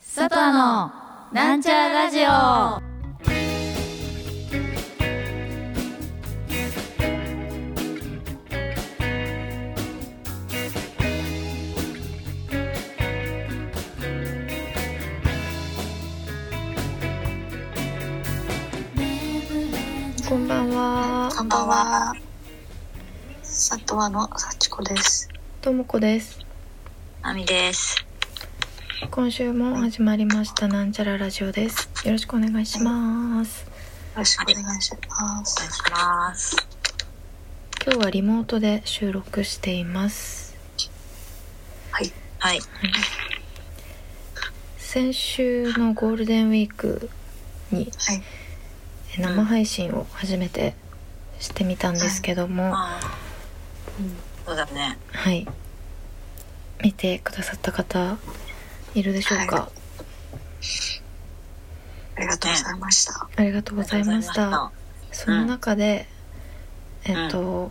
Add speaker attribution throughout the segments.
Speaker 1: 佐藤のなんちゃラジオ
Speaker 2: こんばんは。
Speaker 3: こんばんは。佐藤の幸子です。
Speaker 2: ともこです。
Speaker 3: あみです。
Speaker 2: 今週も始まりましたなんちゃらラジオです。よろしくお願いします。
Speaker 3: よろしくお願いします。お願いします。
Speaker 2: 今日はリモートで収録しています。
Speaker 3: はい。はい。
Speaker 2: 先週のゴールデンウィークに
Speaker 3: はい。
Speaker 2: え生配信を初めてしてみたんですけども、
Speaker 3: ああ。そうだね。
Speaker 2: はい。見てくださった方いるでしょうか、
Speaker 3: はありがとうございました。
Speaker 2: ありがとうございました。
Speaker 3: あ
Speaker 2: その中で、えっと、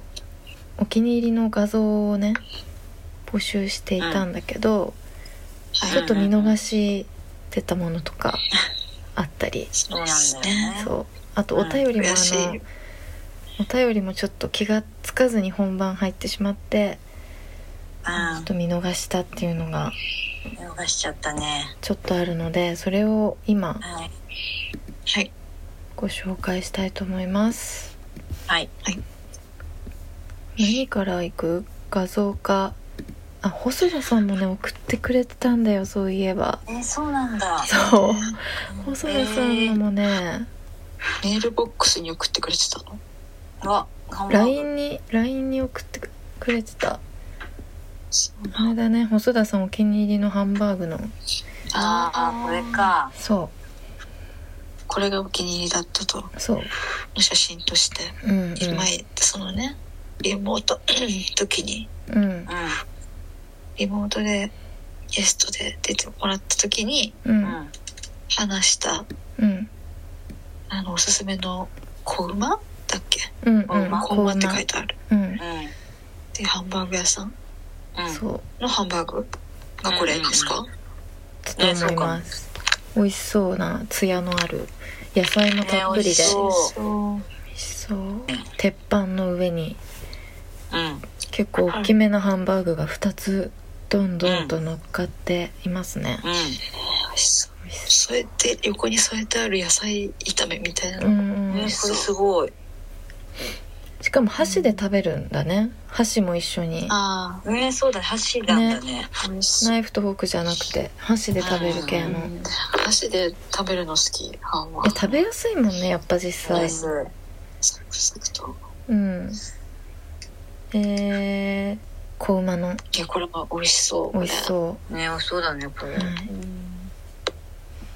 Speaker 2: お気に入りの画像をね募集していたんだけど、
Speaker 3: り
Speaker 2: ちょ
Speaker 3: がと
Speaker 2: っと
Speaker 3: うございました。はい。
Speaker 2: 見逃してたものとかあったり、
Speaker 3: そうなんだよね。
Speaker 2: そうあとお便りも
Speaker 3: うん悔しい
Speaker 2: あの、お便りもちょっと気がつかずに本番入ってしまって、ちょっと見逃したっていうのが
Speaker 3: うん。見逃しちゃったね。
Speaker 2: ちょっとあるのでそれを今
Speaker 3: はい。はい。
Speaker 2: ご紹介したいと思います
Speaker 3: はい。はい。
Speaker 2: 何からいく画像かあ細田さんもね送ってくれてたんだよそういえば
Speaker 3: えー、そうなんだ。
Speaker 2: そう細田さんのもね、
Speaker 3: メールボックスに送ってくれてたのわ、頑張る
Speaker 2: LINE に LINE に送ってくれてた
Speaker 3: そう
Speaker 2: あれだね細田さんお気に入りのハンバーグの
Speaker 3: ああ、これか。
Speaker 2: そ
Speaker 3: これがお気に入りだったと。
Speaker 2: うそう
Speaker 3: 写真として。
Speaker 2: うん
Speaker 3: 前そのねリモート 時に
Speaker 2: うんうん
Speaker 3: うリモートでゲストで出てもらった時に
Speaker 2: うんん
Speaker 3: 話した
Speaker 2: うん
Speaker 3: あのおすすめの小馬だっけ
Speaker 2: うんうん
Speaker 3: 小馬
Speaker 2: こ
Speaker 3: 小
Speaker 2: う
Speaker 3: 馬
Speaker 2: な
Speaker 3: って書いてある
Speaker 2: うん
Speaker 3: でハンバーグ屋さん
Speaker 2: そう
Speaker 3: のハンバーグがこれですか、
Speaker 2: だと思います美味しそうなツヤのある野菜もたっぷり
Speaker 3: 美
Speaker 2: で、
Speaker 3: 味しそう
Speaker 2: 美味しそう鉄板の上に
Speaker 3: うん
Speaker 2: 結構大きめなハンバーグが2つどんどんと乗っかっていますね、
Speaker 3: うん美味しそう
Speaker 2: 美味し
Speaker 3: 添えて横に添えてある野菜炒めみたいな
Speaker 2: そう
Speaker 3: の、
Speaker 2: うんうん、
Speaker 3: これすごい
Speaker 2: しかも箸で食べるんだね箸も一緒に
Speaker 3: ああねそうだ箸
Speaker 2: なんだ
Speaker 3: ね美味しそう
Speaker 2: ナイフとフォークじゃなくて箸で食べる系の
Speaker 3: うん箸で食べるの好きハンは
Speaker 2: え食べやすいもんねやっぱ実際
Speaker 3: そうサクサクと
Speaker 2: うんえー、子馬の
Speaker 3: いやこれは美味しそう
Speaker 2: 美味しそう
Speaker 3: ね美味しそうだねこれ、
Speaker 2: は
Speaker 3: う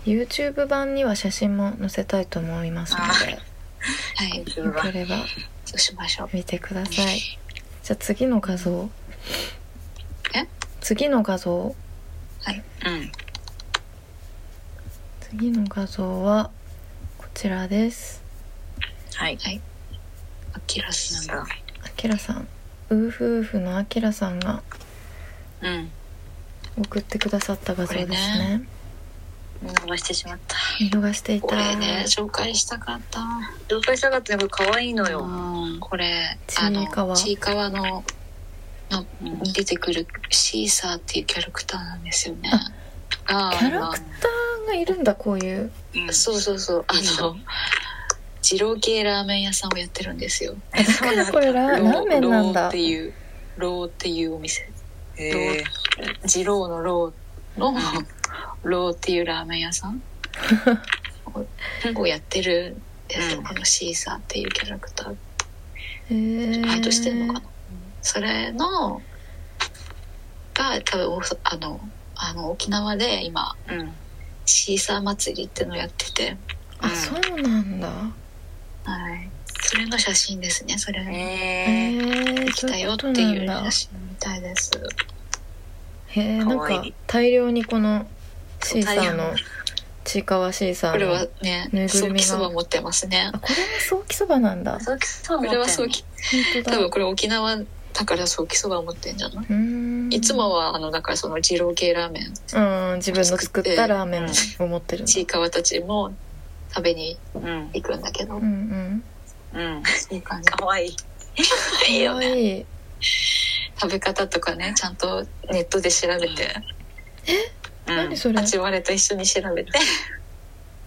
Speaker 2: い
Speaker 3: ん
Speaker 2: YouTube 版には写真も載せたいと思いますので
Speaker 3: はい
Speaker 2: よければ
Speaker 3: そうしましょう
Speaker 2: 見てくださいじゃあ次の画像
Speaker 3: え
Speaker 2: 次の画像
Speaker 3: はいうん
Speaker 2: 次の画像はこちらです
Speaker 3: はいはいあきらすなんだ
Speaker 2: あきらさんウーフーフのあきらさんが
Speaker 3: うん
Speaker 2: 送ってくださった画像ですね
Speaker 3: これね見逃してしまった
Speaker 2: 見逃していた
Speaker 3: これね紹介したかった
Speaker 4: 紹介したかったねこれ可愛いのよ、
Speaker 3: これ
Speaker 2: ちいか
Speaker 3: あ
Speaker 2: わ
Speaker 3: のちいかわののに出てくるシーサーっていうキャラクターなんですよねあ
Speaker 2: キ
Speaker 3: ー
Speaker 2: ャラクターがいるんだこういう
Speaker 4: うん
Speaker 3: そうそうそうあの二郎系ラーメン屋さんをやってるんですよ
Speaker 2: あだ からこれララーメンなん
Speaker 3: ロー
Speaker 2: だ
Speaker 3: っていうローっていうお店
Speaker 4: へえ
Speaker 3: 二郎のローのローっていうラーメン屋さ んををやってるやつ、
Speaker 4: うん
Speaker 3: このシーサーっていうキャラクター
Speaker 2: へー
Speaker 3: バイトしてんのかな、それのが多分おあのあの沖縄で今
Speaker 4: うん
Speaker 3: シーサー祭りってのやってて
Speaker 2: あそうなんだ
Speaker 3: はいそれの写真ですねそれが
Speaker 2: へ
Speaker 4: へえ
Speaker 3: で
Speaker 2: え
Speaker 3: き
Speaker 2: そう
Speaker 3: た
Speaker 2: いう
Speaker 3: よ
Speaker 2: こ
Speaker 3: っ
Speaker 2: と
Speaker 3: て
Speaker 2: ないん
Speaker 3: う
Speaker 2: だ
Speaker 3: 写真みたいです
Speaker 2: へえなん
Speaker 4: かわ
Speaker 2: か
Speaker 4: いい
Speaker 2: 大量にこのシーサー
Speaker 3: 大
Speaker 2: のちいかわシーサ
Speaker 3: これ
Speaker 2: ー
Speaker 3: は
Speaker 2: の
Speaker 3: ね
Speaker 2: ぬいぐ
Speaker 3: ソ
Speaker 2: る
Speaker 3: ー
Speaker 2: みが
Speaker 3: キそば持ってますね
Speaker 2: あこれはソーキそばなんだ
Speaker 4: そうきそう
Speaker 3: これはソーキ
Speaker 2: 本当
Speaker 3: 多
Speaker 2: だ
Speaker 3: 分これ沖縄だからソーキそば持ってんじゃないう
Speaker 2: ーん
Speaker 3: いつもはあのだからその二郎系ラーメン
Speaker 2: うん、自分の作ったラーメンを持ってるの。
Speaker 3: ちいかわたちも食べに
Speaker 4: うん
Speaker 3: 行くんだけど、
Speaker 2: うんうん。
Speaker 4: うん
Speaker 3: いい感じ
Speaker 4: 可愛い
Speaker 3: いいよね
Speaker 2: いい。
Speaker 3: 食べ方とかねちゃんとネットで調べて
Speaker 4: う
Speaker 2: 何
Speaker 4: ん
Speaker 2: それ
Speaker 3: 八割と一緒に調べて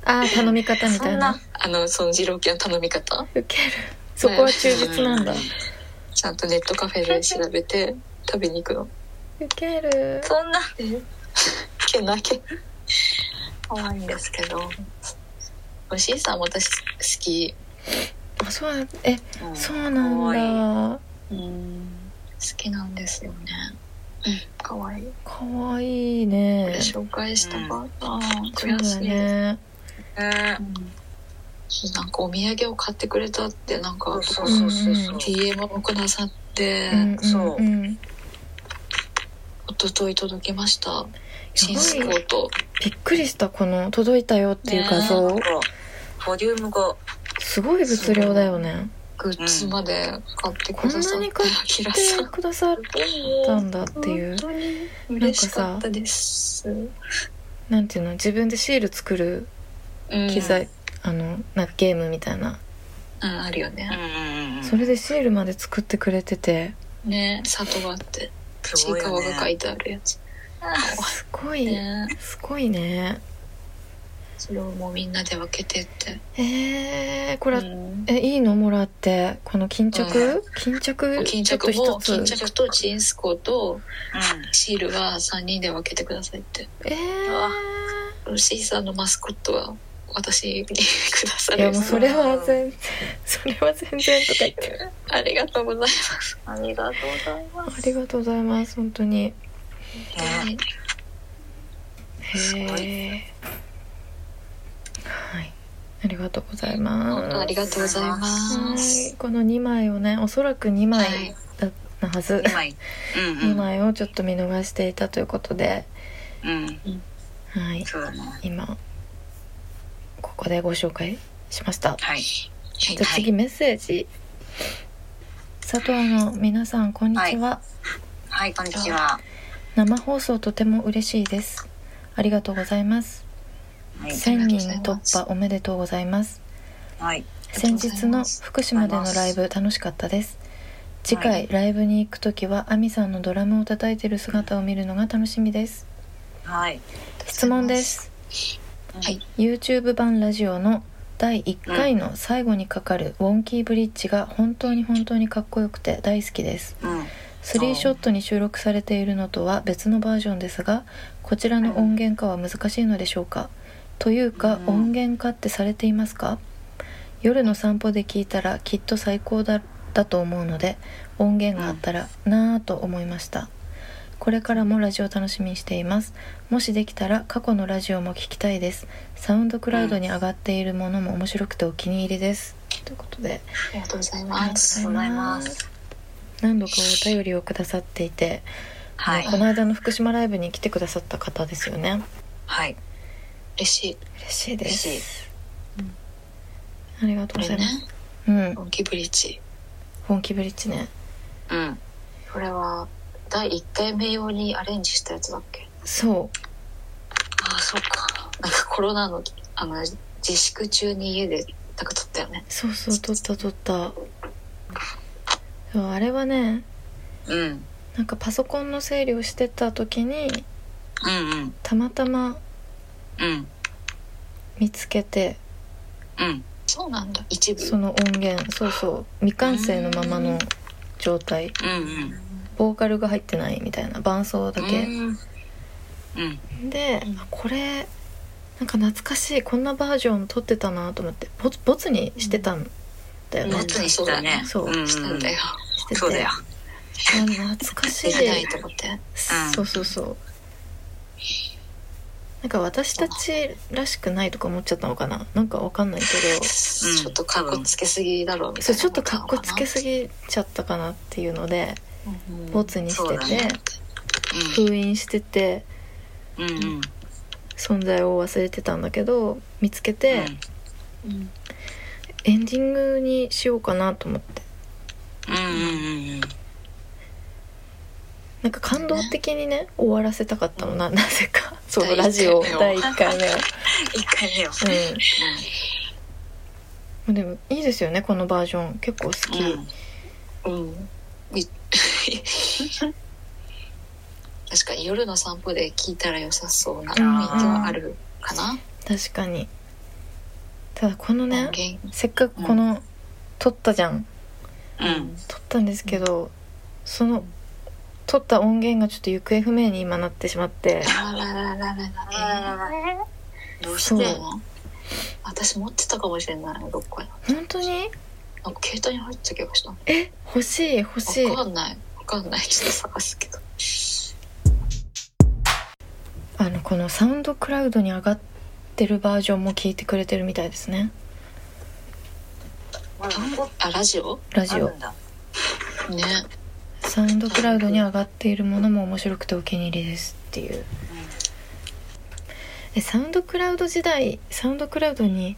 Speaker 2: ああ、頼み方みたいな。
Speaker 3: あのその二郎系の頼み方
Speaker 2: ウケる。そこは忠実なんだ。
Speaker 3: ちゃんとネットカフェで調べて食べに行くの
Speaker 2: ウケる。
Speaker 4: そんな
Speaker 3: けなけ可愛いんですけどおしいさんも私好き
Speaker 2: あ、そうなんえ、
Speaker 4: うん
Speaker 2: そうなんだ。
Speaker 3: うん好きなんですよね可愛い
Speaker 2: かわい
Speaker 3: これ
Speaker 2: いね。
Speaker 3: 紹介したかった、
Speaker 2: そう
Speaker 3: 悔
Speaker 2: だ
Speaker 3: しい、
Speaker 2: ね。
Speaker 4: ね
Speaker 3: そうなんかお土産を買ってくれたってなんか
Speaker 4: そうそうそうそうそう
Speaker 3: DM もくださって、
Speaker 2: うん
Speaker 4: そうん
Speaker 2: ん。
Speaker 3: 一昨日届きました新ス
Speaker 2: や
Speaker 3: コ
Speaker 2: ばい。
Speaker 3: ート
Speaker 2: びっくりした、この届いたよっていう画
Speaker 4: な
Speaker 2: 像
Speaker 4: ん。かボリュームが
Speaker 2: すごい物量だよね。
Speaker 3: グッズまで買ってく
Speaker 2: こん
Speaker 3: ださって、
Speaker 2: なに買っ
Speaker 3: アキラさ
Speaker 2: て
Speaker 3: ん
Speaker 2: くださったんだっていう
Speaker 3: 本。当に嬉しかったです
Speaker 2: なんていうの自分でシール作る
Speaker 3: うん
Speaker 2: 機材、あのなんかゲームみたいな、
Speaker 3: うんあるよ
Speaker 4: うん
Speaker 3: ね
Speaker 4: うんうん
Speaker 2: それでシールまで作ってくれてて
Speaker 3: ね里があってち
Speaker 4: す
Speaker 3: い
Speaker 4: ごい
Speaker 3: か
Speaker 4: よ
Speaker 3: わ
Speaker 4: ね
Speaker 3: が書いてあるやつ
Speaker 2: すごい、
Speaker 3: ね
Speaker 2: すごいね
Speaker 3: それをもうみんなで分けてって
Speaker 2: えー、これ、
Speaker 3: うん
Speaker 2: えいいのもらってこの巾着、
Speaker 3: う
Speaker 2: 巾着
Speaker 3: 巾
Speaker 2: ちょっ
Speaker 3: 着
Speaker 2: と一
Speaker 3: も
Speaker 2: つ
Speaker 3: 巾着とチンスコーとシールは3人で分けてくださいって
Speaker 2: え
Speaker 4: うわ
Speaker 3: ロシーさんのマスコットは私に くださ
Speaker 2: ー、いや
Speaker 3: る
Speaker 2: もうそれは全然それは全然とか言 って
Speaker 3: ありがとうございます
Speaker 4: ありがとうございま
Speaker 2: ありがとうございます本当に
Speaker 4: ね
Speaker 2: へ
Speaker 4: ごい
Speaker 2: えはいありがとうござい
Speaker 3: 本当あ
Speaker 2: ま
Speaker 3: り
Speaker 2: す
Speaker 3: がとうございま
Speaker 2: は
Speaker 3: す
Speaker 2: いこの2枚をねおそらく2枚
Speaker 3: はい
Speaker 2: だったはず、
Speaker 4: 二枚うんうん
Speaker 2: 2枚をちょっと見逃していたということで、
Speaker 4: うん
Speaker 2: はい、
Speaker 4: そうだね
Speaker 2: 今ここでご紹介しました
Speaker 4: はい
Speaker 2: じゃあ次メッセージ佐藤の皆さんこんにちは、
Speaker 4: はいこんにちは
Speaker 2: 生放送とても嬉しいですありがとうございます
Speaker 4: はい
Speaker 2: 1000人突破おめでとうございます
Speaker 4: はい
Speaker 2: 先日の福島でのライブ楽しかったです次
Speaker 4: は
Speaker 2: 回
Speaker 4: い
Speaker 2: ライブに行く時はアミさんのドラムを叩いてる姿を見るのが楽しみです
Speaker 4: はい
Speaker 2: 質問です
Speaker 4: はい
Speaker 2: YouTube 版ラジオの第1回の最後にかかるウォンキーブリッジが本当に本当にかっこよくて大好きです
Speaker 4: うん
Speaker 2: スリーショットに収録されているのとは別のバージョンですがこちらの音源化は難しいのでしょうかというか
Speaker 4: うん
Speaker 2: 音源化ってされていますか夜の散歩で聞いたらきっと最高だだと思うので音源があったらなぁと思いましたこれからもラジオ楽しみにしていますもしできたら過去のラジオも聞きたいですサウンドクラウドに上がっているものも面白くてお気に入りですということで
Speaker 3: ありがとうござい
Speaker 2: ありが
Speaker 3: ま
Speaker 2: と
Speaker 3: す
Speaker 2: うございます何度かお便りをくださっていて
Speaker 4: はい
Speaker 2: この間の福島ライブに来てくださった方ですよね
Speaker 4: はい
Speaker 3: 嬉しい
Speaker 2: 嬉しいです
Speaker 4: 嬉
Speaker 3: うん
Speaker 2: ありがと
Speaker 3: こ
Speaker 2: うござ
Speaker 3: れ
Speaker 2: います、
Speaker 3: ね
Speaker 2: うん
Speaker 3: モンキーブリッジ
Speaker 2: 本気ブリッジね
Speaker 4: うん
Speaker 3: これは第1回目用にアレンジしたやつだっけ
Speaker 2: そう
Speaker 3: ああそうかなんかコロナのあの自粛中に家でなんか撮ったよね
Speaker 2: そうそう撮った撮ったそうあれはね
Speaker 4: うん
Speaker 2: なんかパソコンの整理をしてた時に
Speaker 4: うんうん
Speaker 2: たまたま
Speaker 4: うん
Speaker 2: 見つけて
Speaker 4: うん
Speaker 3: そうなんだ一部
Speaker 2: その音源そうそう未完成のままの状態
Speaker 4: うんうん
Speaker 2: ボーカルが入ってないみたいな伴奏だけ、
Speaker 4: うんうん
Speaker 2: で、
Speaker 3: うん
Speaker 2: あこれなんか懐かしいこんなバージョン撮ってたなと思ってボツボツにしてたんだよね、
Speaker 3: うん
Speaker 4: 夏にしたね
Speaker 2: そう
Speaker 4: うん
Speaker 3: したんだよ、
Speaker 2: してて
Speaker 4: そうだよ
Speaker 2: あ懐かし
Speaker 3: で
Speaker 2: い
Speaker 3: きないと思って
Speaker 4: うん
Speaker 2: そうそうそうなんか私たちらしくないとか思っちゃったのかななんかわかんないけど
Speaker 3: ちょっとかっこつけすぎだろうみた
Speaker 2: そ
Speaker 3: いうな
Speaker 2: ちょっとかっこつけすぎちゃったかなっていうのでボツにして
Speaker 4: そうだね
Speaker 2: て封印してて
Speaker 4: うんうんうん
Speaker 2: 存在を忘れてたんだけど見つけ
Speaker 4: う
Speaker 2: て
Speaker 4: ん
Speaker 3: うん
Speaker 2: エンディングにしようかなと思って
Speaker 4: うんうんうんうん
Speaker 2: なんか感動的にね終わらせたかったのななぜかそのラ
Speaker 3: 第一
Speaker 2: ジ
Speaker 3: 回目
Speaker 2: オ
Speaker 3: を
Speaker 2: 第1回目を。
Speaker 4: 一回目よ。
Speaker 2: うん、でもいいですよねこのバージョン結構好き、
Speaker 4: うん。
Speaker 3: うん。 い確かに夜の散歩で聞いたら良さそうな雰囲気はあるかな。
Speaker 2: 確かにただこのね
Speaker 3: 音源
Speaker 2: せっかくこの、撮ったじゃん
Speaker 4: うん。
Speaker 2: 撮ったんですけどその撮った音源がちょっと行方不明に今なってしまって
Speaker 3: あらららららら。
Speaker 4: どうして
Speaker 2: そう
Speaker 3: 私持ってたかもしれない、どっかに。
Speaker 2: 本当に
Speaker 3: なんか携帯に入ってた気がした。
Speaker 2: え欲しい欲しい
Speaker 3: わかんない。わかんない。ちょっと探すけど。
Speaker 2: あのこのサウンドクラウドに上がってるバージョンも聞いてくれてるみたいですね
Speaker 3: あ、ラジオ
Speaker 2: ラジオ
Speaker 3: ね。
Speaker 2: サウンドクラウドに上がっているものも面白くてお気に入りですっていうえサウンドクラウド時代サウンドクラウドに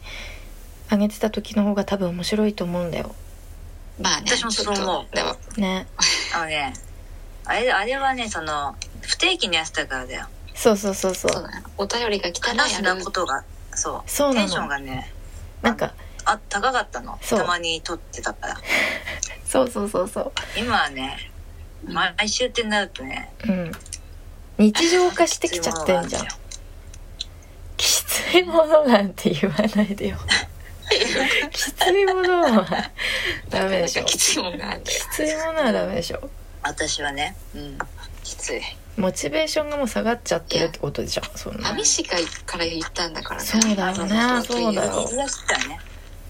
Speaker 2: 上げてた時の方が多分面白いと思うんだよ
Speaker 3: まあね。
Speaker 4: 私もそう思う
Speaker 3: ちょっとでも、
Speaker 2: ね
Speaker 4: あのね、あれ、あれはね、その、不定期のやつだからだよ。
Speaker 2: そうそうそうそ
Speaker 3: そう
Speaker 2: う
Speaker 3: だね。お便りが来たら
Speaker 4: 話
Speaker 3: や
Speaker 4: し
Speaker 3: る。
Speaker 4: たことが、そ
Speaker 2: そう
Speaker 4: う。テ
Speaker 2: な
Speaker 4: ンション
Speaker 2: の
Speaker 4: がね、
Speaker 2: なんか
Speaker 4: あ、高かったの。
Speaker 2: そう
Speaker 4: たまに撮ってたから。
Speaker 2: そうそうそうそう
Speaker 4: 今はね、毎週ってなるとね、
Speaker 2: うん日常化してきちゃってんじゃん きついものなんて言わないで よきついものはダメでしょ
Speaker 3: き
Speaker 2: き
Speaker 3: ついもんがある。
Speaker 2: ついものはダメでしょ
Speaker 4: 私はね、
Speaker 3: うん。きつい。
Speaker 2: モチベーションがもう下がっちゃってるってことでしょそんな
Speaker 3: 試しがから言ったんだからね。
Speaker 2: そうだよねそうだよ
Speaker 4: 言い出したね。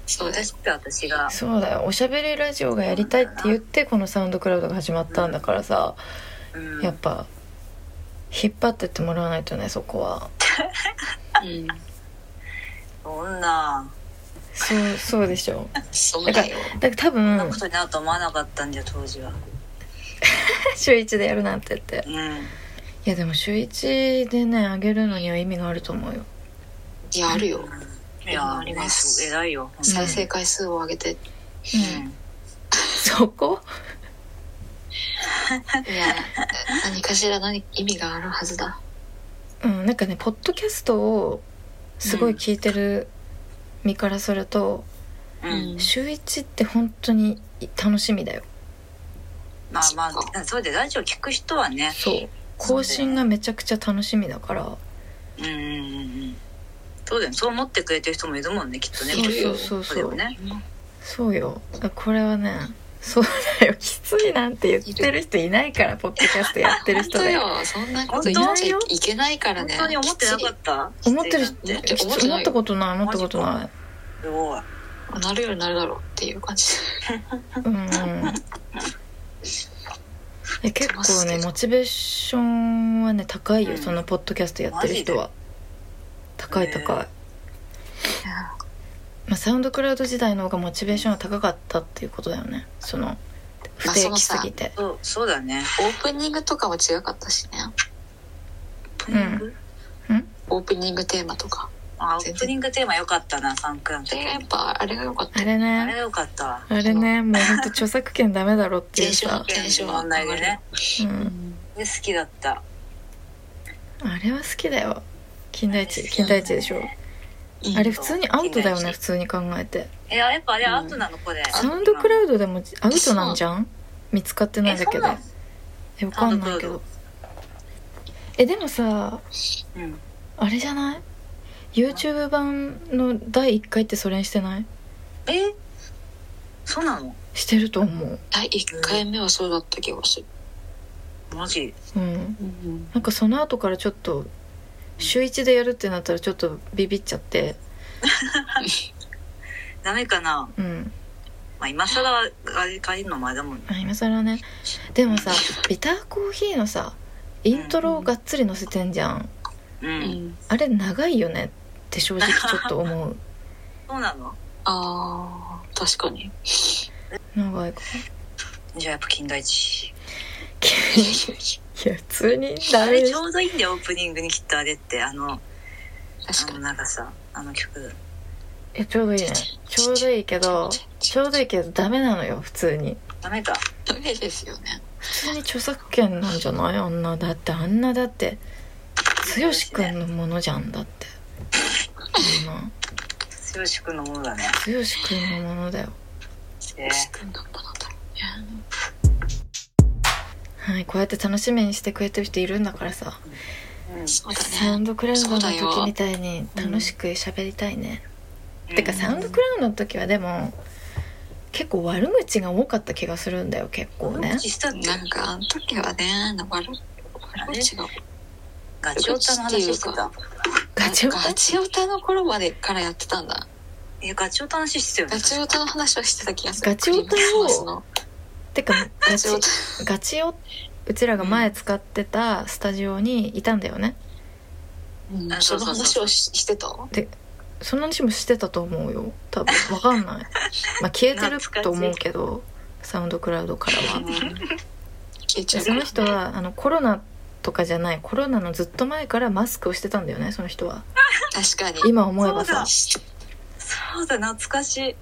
Speaker 3: そう
Speaker 4: 言
Speaker 3: だ
Speaker 4: い出
Speaker 3: よ。
Speaker 4: した私が、
Speaker 2: そうだよおしゃべりラジオがやりたいって言ってこのサウンドクラウドが始まったんだからさ、
Speaker 4: うん
Speaker 2: やっぱ引っ張ってってもらわないとねそこは
Speaker 3: うん。
Speaker 4: そんな、
Speaker 2: そうそうでしょ
Speaker 3: そうだよ。
Speaker 2: だから多
Speaker 4: そ
Speaker 2: 分
Speaker 4: んなことになると思わなかったんだよ、当時は。
Speaker 2: 週1でやるなんてって
Speaker 4: うん。
Speaker 2: いやでも週1でねあげるのには意味があると思うよ
Speaker 3: いや、あるよ。
Speaker 4: いや、あります。偉いよ。
Speaker 2: ん
Speaker 3: 再生回数を上げて。
Speaker 4: うん。
Speaker 2: そこ
Speaker 3: いや、何かしら何意味があるはずだ。
Speaker 2: うんなんかねポッドキャストをすごい聞いてる身からすると、
Speaker 4: う。
Speaker 3: うんん
Speaker 2: 週1って本当に楽しみだよ
Speaker 4: まあまあ、そうで、ラジオ聞く人はね、
Speaker 2: そう更新がめちゃくちゃ楽しみだから
Speaker 4: うんうんうんうん。そうだよね、そう思ってくれてる人もいるもんね、きっとね。
Speaker 2: そう
Speaker 3: いるよ
Speaker 2: そうそうそ
Speaker 4: だよ
Speaker 2: う
Speaker 4: ね。
Speaker 2: そうよこれはねそうだよきついなんて言ってる人いないからポッドキャストやってる
Speaker 3: 本
Speaker 2: 人
Speaker 3: 当
Speaker 2: で
Speaker 3: よ。そんなこと言っちゃいけないから
Speaker 4: 本
Speaker 3: ね。
Speaker 4: 当に思ってなかった
Speaker 2: 思ってる人
Speaker 4: きついなん
Speaker 2: き
Speaker 4: て
Speaker 2: つ
Speaker 3: 思ってない
Speaker 2: 思ったことない思ったことない
Speaker 4: すごい。
Speaker 3: きついなるようになるだろうっていう感じ。
Speaker 2: うんえ結構ねモチベーションはね高いよ、
Speaker 4: うん
Speaker 2: そのポッドキャストやってる人は高い高い、まあ、サウンドクラウド時代の方がモチベーションは高かったっていうことだよねその不定期すぎて、
Speaker 4: そう、そうだね。
Speaker 3: オープニングとかも違かったしね。
Speaker 2: うん
Speaker 3: オープニングテーマとか。
Speaker 4: あ、オープニングテーマ良かったな、サンクラの
Speaker 3: あれ
Speaker 4: 時。
Speaker 3: がやっぱ、あれが良かった
Speaker 2: あ。れ
Speaker 4: あれ
Speaker 2: ね
Speaker 4: が良かったわ。
Speaker 2: あれねもうほんと著作権ダメだろっていうさ、
Speaker 4: テンションの問題でね。
Speaker 2: うん、
Speaker 4: で、好きだった。
Speaker 2: あれは好きだよ金田一金田一でしょあれ普通にアウトだよね普通に考えて
Speaker 4: え、やっぱあれアウトなのこれ。
Speaker 2: サウンドクラ
Speaker 4: ウ
Speaker 2: ウドでもアウトなんじゃん見つかってないんだけど
Speaker 4: えそうなの
Speaker 2: えわかんないけ
Speaker 4: サウンドクラウ
Speaker 2: どえでもさ
Speaker 4: ド。うん。
Speaker 2: あれじゃない YouTube 版の第1回ってそれにしてない
Speaker 4: えそうなの
Speaker 2: してると思う
Speaker 3: 第1回目はそうだった気がする。
Speaker 4: マジ
Speaker 2: うんなんかその後からちょっと週1でやるってなったらちょっとビビっちゃって
Speaker 4: ダメかな
Speaker 2: うん
Speaker 4: まあ今更あれ借りるのもあれだもんね。
Speaker 2: あ今更ねでもさビターコーヒーのさイントロをがっつり載せてんじゃん
Speaker 4: う。
Speaker 3: うんん。
Speaker 2: あれ長いよねって正直ちょっと 思う
Speaker 4: そうなの
Speaker 3: あー、確かに。
Speaker 2: 長いか
Speaker 4: じゃあやっぱ金田一。
Speaker 2: いや普通に
Speaker 4: あ
Speaker 2: ダメ
Speaker 4: れ
Speaker 2: で
Speaker 4: ち
Speaker 2: す
Speaker 4: ょうどいいんだよ、オープニングにきっとあれって。あの、
Speaker 3: 確
Speaker 4: あ
Speaker 3: か
Speaker 4: の
Speaker 3: に。
Speaker 4: なんかさ、あの曲。
Speaker 2: えちょうどいいねちょうどいいけどちょうどいいけどダメなのよ普通に
Speaker 4: ダメか。
Speaker 3: ダメですよね。
Speaker 2: 通に著作権なんじゃないあんなだってあんなだって剛くんのものじゃんだってあんな
Speaker 4: 剛くんのものだね。
Speaker 2: 剛くんのものだよ
Speaker 4: えー
Speaker 3: くんのものだ
Speaker 2: はいこうやって楽しみにしてくれてる人いるんだからさ
Speaker 3: そうだ
Speaker 2: サウ
Speaker 3: ね
Speaker 2: ンドクラウドの
Speaker 3: そうだ
Speaker 2: 時
Speaker 3: よ
Speaker 2: みたいに楽しく喋りたいね、
Speaker 4: うん
Speaker 2: てかサウンドクラウドの時はでも結構悪口が多かった気がするんだよ結構ね
Speaker 4: 悪口したって
Speaker 3: なんかあの時はね悪悪口が
Speaker 4: ガチオタの話してた。
Speaker 2: ガチオタ
Speaker 3: ガチオタの頃までからやってたんだ
Speaker 4: え、ガチオタの話してたよね。
Speaker 3: ガチオタの話をしてた気がする
Speaker 2: ガチオタを
Speaker 3: クリスマスの
Speaker 2: てかガ
Speaker 3: ガ
Speaker 2: チ
Speaker 3: チオタ
Speaker 2: ガチオうちらが前使ってたスタジオにいたんだよね
Speaker 3: うん
Speaker 4: あそ
Speaker 3: そうの
Speaker 4: そうそ
Speaker 3: 話
Speaker 4: う
Speaker 3: をししてた
Speaker 2: そんな話もしてたと思うよ多分わかんないまあ消えてると思うけどサウンドクラウドからは
Speaker 3: 消えち
Speaker 2: で
Speaker 3: ゃう
Speaker 2: その人はあのコロナとかじゃないコロナのずっと前からマスクをしてたんだよねその人は
Speaker 3: 確かに
Speaker 2: 今思えば
Speaker 4: そう
Speaker 2: さ
Speaker 4: だそうだ、懐かしい。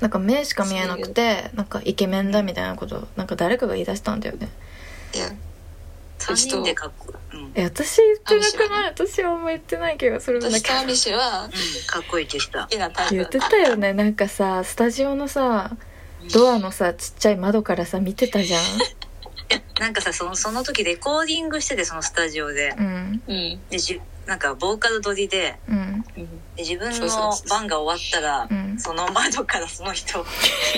Speaker 2: なんか目しか見えなくてなんかイケメンだみたいなことなんか誰かが言い出したんだよね
Speaker 3: いや
Speaker 4: 3人でかっこ、うん、うん、
Speaker 2: え私言ってなくない私はあんま言ってない気がするんだけ
Speaker 3: 私と
Speaker 2: ど
Speaker 3: アミシは
Speaker 4: かっこいいって言ってた
Speaker 3: 好。きなタイプ
Speaker 2: 言
Speaker 3: だ
Speaker 2: ってたよねなんかさスタジオのさドアのさちっちゃい窓からさ見てたじゃ
Speaker 4: なんかさ、その、その時レコーディングしてて、そのスタジオで。
Speaker 2: んうん
Speaker 3: うん
Speaker 4: で、じ、なんか、ボーカル撮りで、
Speaker 2: うん
Speaker 3: うん
Speaker 4: で自分
Speaker 3: そうそう
Speaker 4: の
Speaker 3: そう
Speaker 4: 番が終わったら
Speaker 2: う、ん
Speaker 4: その窓からその人